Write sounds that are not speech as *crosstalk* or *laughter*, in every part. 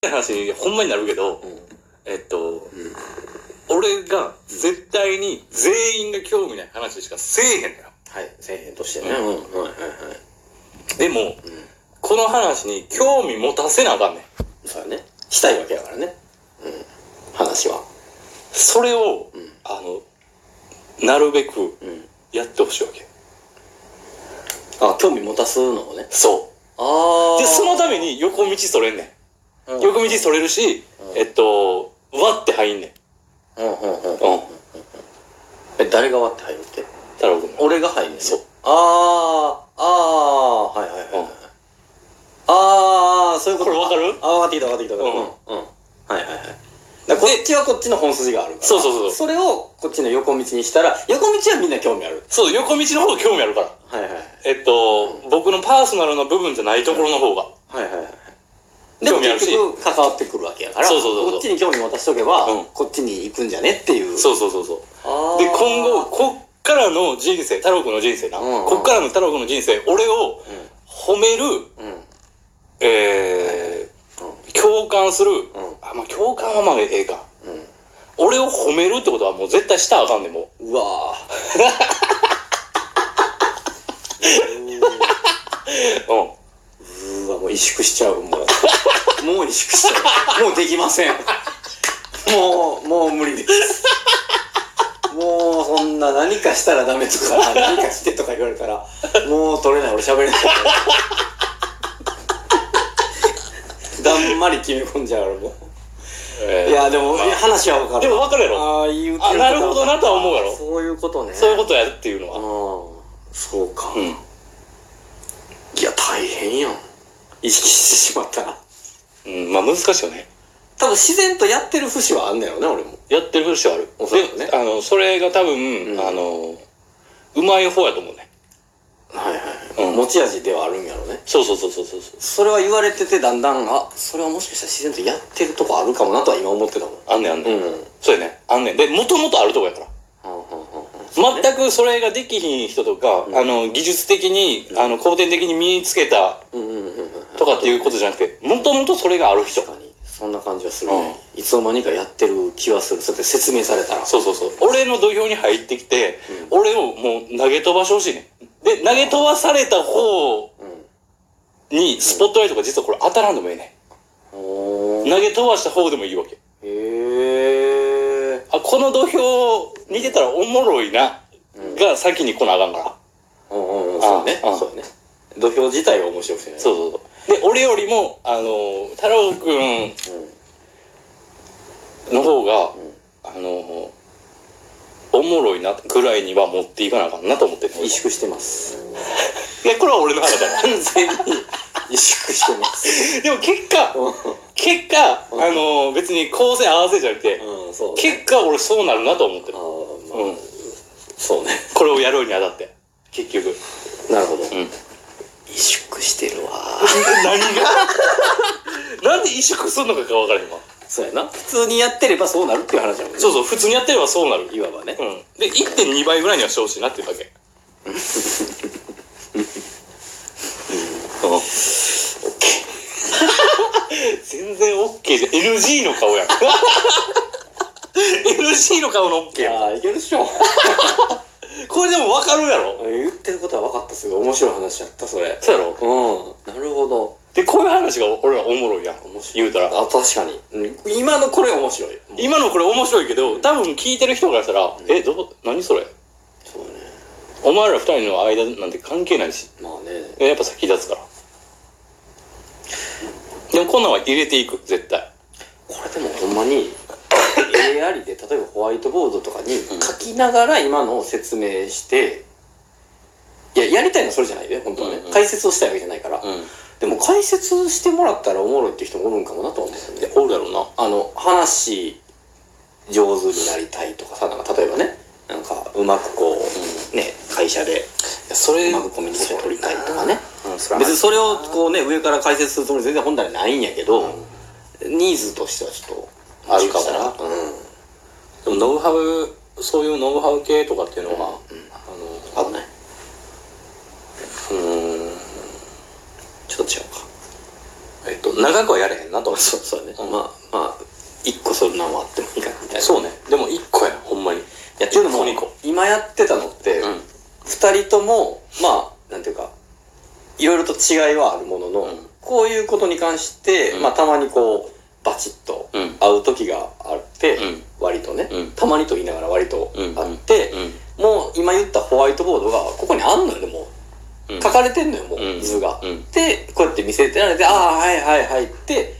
話、ほんまになるけど、えっと、俺が絶対に全員が興味ない話しかせえへんのよ。はい、千円としてね。うん、はい、はい、はい。でも、この話に興味持たせなあかんねん。そうやね。したいわけやからね。うん。話は。それを、んあの、なるべくうん。やってほしいわけ。あ、興味持たすのをね。そあう。あ。で、そのために横道それんね。うんん、横道それるし、うんえっと、わって入んねん。うん、うん、ううん。ん。え、誰が割って入るって太郎くん。俺が入るのそう。あー、あー、はいはいはいはい。うんあー、そういうことこれわかるあー、わかってきたわかってきた。うんうん。うんはいはいはい。だからこっちはこっちの本筋があるから。そうそうそうそれをこっちの横道にしたら、横道はみんな興味ある。そう、横道の方が興味あるから。はいはいはい。えっと、僕のパーソナルの部分じゃないところの方が。はいはいはい。でも興味あるし結局関わってくるわけやから、そうそうそうそうこっちに興味を渡しとけば、うんこっちに行くんじゃねっていう。そうそうそうそう。あーで、今後、、こっからの人生、太郎くんの人生な。うんうんこっからの太郎くんの人生、俺を褒める、うん、うん、えー、共感する。んあ、まあ、共感はまあええか。うん。俺を褒めるってことはもう絶対したらあかんねん、もうわ *laughs* ーう。うん。うわもう萎縮しちゃ *laughs* うもうもう萎縮しちゃうもうできませんもうもう無理ですもうそんな何かしたらダメと *laughs* か何かしてとか言われたらもう取れない俺喋れない *laughs* だんまり決め込んじゃうからもえーういやでも、いや話は分かるでも分かるやろああ言うてあなるほどなとは思うやろそういうことねそういうことやっていうのは。うんそうか、うん。いや大変やん意識してしまったらうん、まあ難しいよね。多分自然とやってる節はあんだよね俺もやってる節はある。おそらくねであの、それが多分、うんあの、うまい方やと思うね。はいはい、うん持ち味ではあるんやろねそうそうそうそうそうそう。それは言われててだんだんあそれはもしかしたら自然とやってるとこあるかもなとは今思ってたもんあんねんあんねん。うんうんそうやね。あんねん。で、もともとあるとこやから。全くそれができひん人とか、んあの、技術的に、あの、後天的に身につけたうんうんうんうんとかっていうことじゃなくて、もともとそれがある人。確かにそんな感じはするね、いつの間にかやってる気はするそうやって説明されたらそうそうそう。俺の土俵に入ってきて、俺をもう投げ飛ばしてほしいねん。で、投げ飛ばされた方うんに、スポットライトが実はこれ当たらんでもええねおん。投げ飛ばした方でもいいわけ。へえあ、この土俵に出たらおもろいな、が先に来なあかんから。うんうんうんそうねああそうね土俵自体は面白くてねそうそうそう。で、俺よりも、あの、太郎くんうんの方が、あの、おもろいな、ぐらいには持っていかなあかんなと思ってる。萎縮してますいや、これは俺の腹だか *laughs* 完全に *laughs* 萎縮してますら。でも結果、 *laughs* う結果、あの、別に構成合わせじゃなくて、んうんそうね結果俺そうなるなと思ってるあ。あまあうん。そうね *laughs* これをやるにあたって。結局。なるほど、ん萎縮してるわ何が *laughs* なんで萎縮するのかが分からへんわ。 *laughs* そうやな普通にやってればそうなるっていう話だもんねそうそう、普通にやってればそうなる。いわばね、うん。で、1.2倍ぐらいにはしてほしいなっていうだけ。うん全然 OK じゃん LG の顔やん *laughs* LG の顔の OK やんああいけるっしょこれでも分かるやろ言ってることは分かったすごい面白い話やったそれそうやろうんなるほどでこういう話が俺らおもろいやん言うたらあ確かに、うん、今のこれ面白い今のこれ面白いけど多分聞いてる人からしたら「えどこ何それそうねお前ら二人の間なんて関係ないしまあねやっぱ先立つからでもこんなんは入れていく絶対これでもほんまに AI ありで例えばホワイトボードとかに書きながら今のを説明していややりたいのはそれじゃないで本当はね、うんうん解説をしたいわけじゃないかうら、んでも解説してもらったらおもろいって人もおるんかもなとは思うんだよねおるやろうなあの話上手になりたいとかさなんか例えばねなんかうまくこう、ね会社でそれうまくコミュニケーション取りたいとかねうんそれは別にそれをこうね上から解説するつもり全然本来ないんやけど、ニーズとしてはちょっとあるかもなもししたらうんでもノウハウそういうノウハウ系とかっていうのは、危ないあのうーんちょっと違うかえっとそう長くはやれへんなと思ってそうそうねまあまあ一個そんなんはあってもいいかなみたいなそうねでも1個やほんまにやってるの一も個二個今やってたのって、うん二人ともまあなんていうかいろいろと違いはあるものの、うんこういうことに関して、うんまあたまにこうバチッとうん会う時があって、うん割とね、うんたまにと言いながら割とうんあって、うんもう今言ったホワイトボードがここにあんのよねもううん書かれてんのよもう、うん図が、うんでこうやって見せてられて「ああはいはいはい」って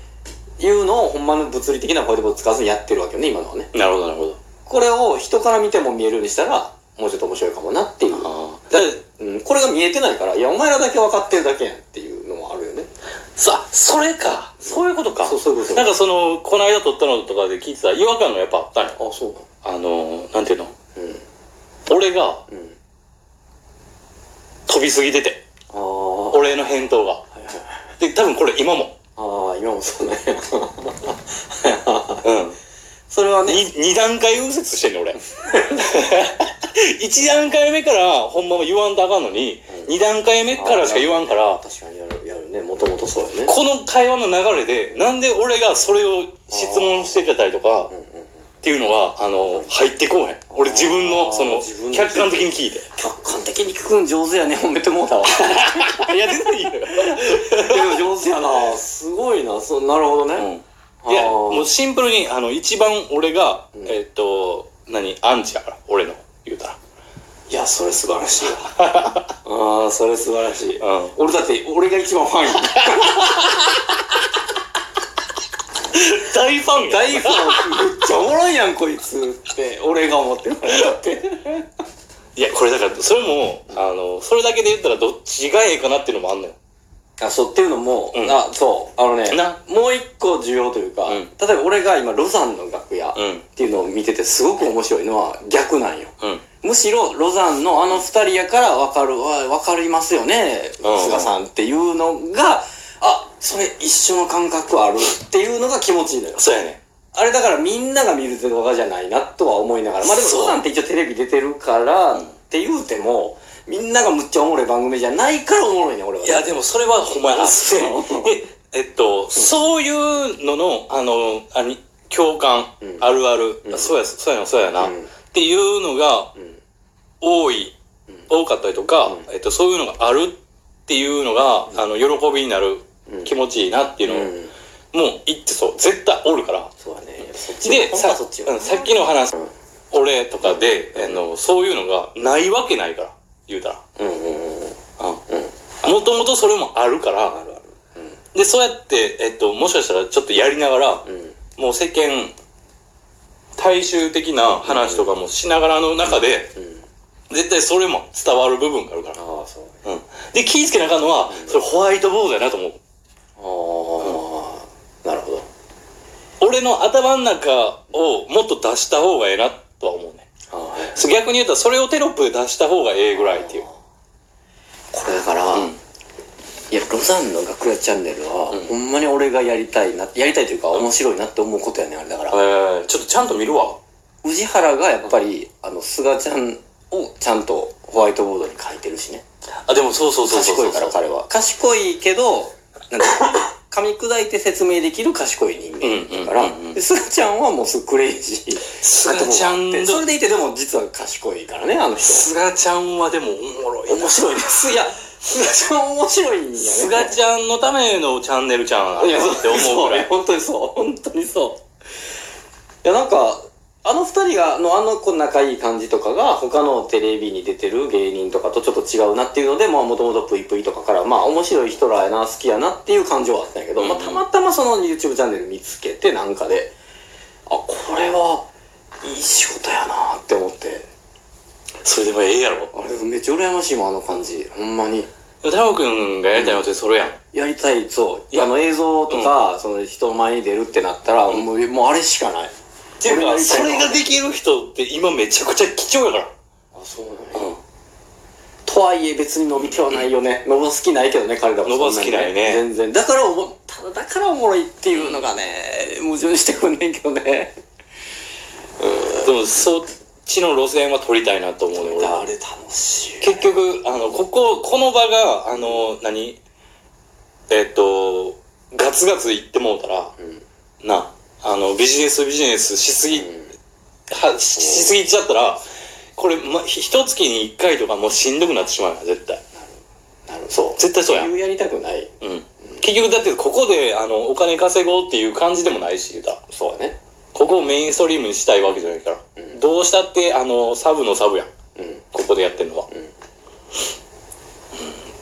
いうのをほんまの物理的なホワイトボード使わずにやってるわけよね今のはねなるほどなるほどこれを人から見ても見えるようにしたら、もうちょっと面白いかもなっていう。ああだうん、これが見えてないから、いや、お前らだけ分かってるだけやんっていうのもあるよね。さそれかそういうことかそう、そういうこと。なんかそのこの間撮ったのとかで聞いてた違和感がやっぱあったのよあ、そうか。あのなんていうのうん。俺がうん。飛びすぎててああ。はい俺の返答がはいで多分これ今もああ、今もそうね。うん *laughs* それはね、二二段階右折してんねん俺 *laughs* 一段階目からほんまは言わんとあかんのにうん二段階目からしか言わんから確かにやる、やるね。もともとそうよね。この会話の流れでなんで俺がそれを質問してたりとかうんうんうん。っていうのはあの入ってこうへん俺自分のその自分の客観的に聞い *laughs* て客観的に聞くん上手やね。褒めてもうたわ。いや出ないよでも上手や *laughs* な。すごいな。そう、なるほどね。いやあーもうシンプルにあの一番俺が、うんえっと何アンチやから俺の言うたいや、それ素晴らしいわ。ああ、それ素晴らしい。ら、俺だって、俺が一番ファンや。大ファンや *laughs* 大ファン、めっちゃおもろいやん、こいつって、俺が思ってるから。だって。いやこれだからそれもあのそれだけで言ったらどっちがええかなっていうのもあんのよあ、そうっていうのも、うんあ、そう、あのねな、もう一個重要というか、うん例えば俺が今、ロザンの楽屋っうんていうのを見てて、すごく面白いのは逆なんよ。うんむしろ、ロザンのあの二人やから分かる、わ分かりますよね、うん菅さんっていうのが、あ、それ一緒の感覚あるっていうのが気持ちいいのよ。そうやねあれだからみんなが見る動画じゃないなとは思いながら。まあでも、そうロザンって一応テレビ出てるから、って言うても、みんながむっちゃおもろい番組じゃないからおもろいね、俺は。いや、でもそれはほんまやなそうで、えっと、そういうのの、あの、あに共感、うんあるある、うんそうや、そうやな、そうやな、うんっていうのがうん。多い、多かったりとか、うんえっと、そういうのがあるっていうのが、あの、喜びになる、うん気持ちいいなっていううのを、ん。もう言ってそう、絶対おるから。そうだね。そっちで、さそっちうんさっきの話、うん俺とかで、あの、そういうのがないわけないから、言うたら。うんうんうん。もともとそれもあるから、あるある。で、そうやって、えっと、もしかしたらちょっとやりながら、うん。うん。もう世間、大衆的な話とかもしながらの中で、うん。絶対それも伝わる部分があるから。ああ、そう。うん。で、気ぃつけなあかんのは、それホワイトボードやなと思う。ああ、なるほど。俺の頭の中をもっと出した方がええなとは思うね。ああ、そう逆に言うと、それをテロップで出した方がええぐらいっていう。これだから、うんいやロザンの楽屋チャンネルは、うんほんまに俺がやりたいなやりたいというか面白いなって思うことやねあれだから、えー、ちょっとちゃんと見るわ。宇治原がやっぱり、あの菅ちゃんをちゃんとホワイトボードに書いてるしねあ、でもそうそうそうそう賢そう。いから彼は賢いけどなん *laughs* か噛み砕いて説明できる賢い人間だから、うんうんうんうんで菅ちゃんはもうすぐクレイジー菅ちゃんだと思ってそれでいてでも実は賢いからねあの人菅ちゃんはでもおもろいな。面白いですいや菅ちゃん面白いんやねすがちゃんのためのチャンネルちゃんいや、そうって思うぐらい。本当にそう。本当にそう。いや、なんか、あの二人が、の、あの子仲いい感じとかが、他のテレビに出てる芸人とかとちょっと違うなっていうので、まあ、もともとプイプイとかから、まあ、面白い人らやな、好きやなっていう感情はあったんやけど、うんうんまあ、たまたまその YouTube チャンネル見つけて、なんかで、あ、これは、いい仕事やなって思って。それでもええやろ。あれ、めっちゃ羨ましいもん、あの感じ。ほんまに。太郎くんがやりたいのってそれやん。やりたいそうあの映像とか、その人前に出るってなったら、もうもうあれしかないていう俺か、やりたいそのれができる人って今めちゃくちゃ貴重やから。あそうなんやうん。とはいえ別に伸びてはないよね伸ばす気ないけどね彼らも伸ばす気ないね全然だからおもただだからおもろいっていうのがね矛盾してくんねんけどねでも、そっちの路線は取りたいなと思うね、俺あは。れ楽しい結局、あの、ここ、この場が、あの、何えっと、ガツガツ言ってもうたら、うんな、あの、ビジネスビジネスしすぎ、はししすぎちゃったら、これ、ま、ひ一月に一回とかもうしんどくなってしまうよ、絶対。なるそう絶対そうやん。いうやりたくないうん。結局だって、ここで、あの、お金稼ごうっていう感じでもないし、言うたらそうだねここをメインストリームにしたいわけじゃないから。うんどうしたって、あの、サブのサブやん。うんここでやってんのは。うん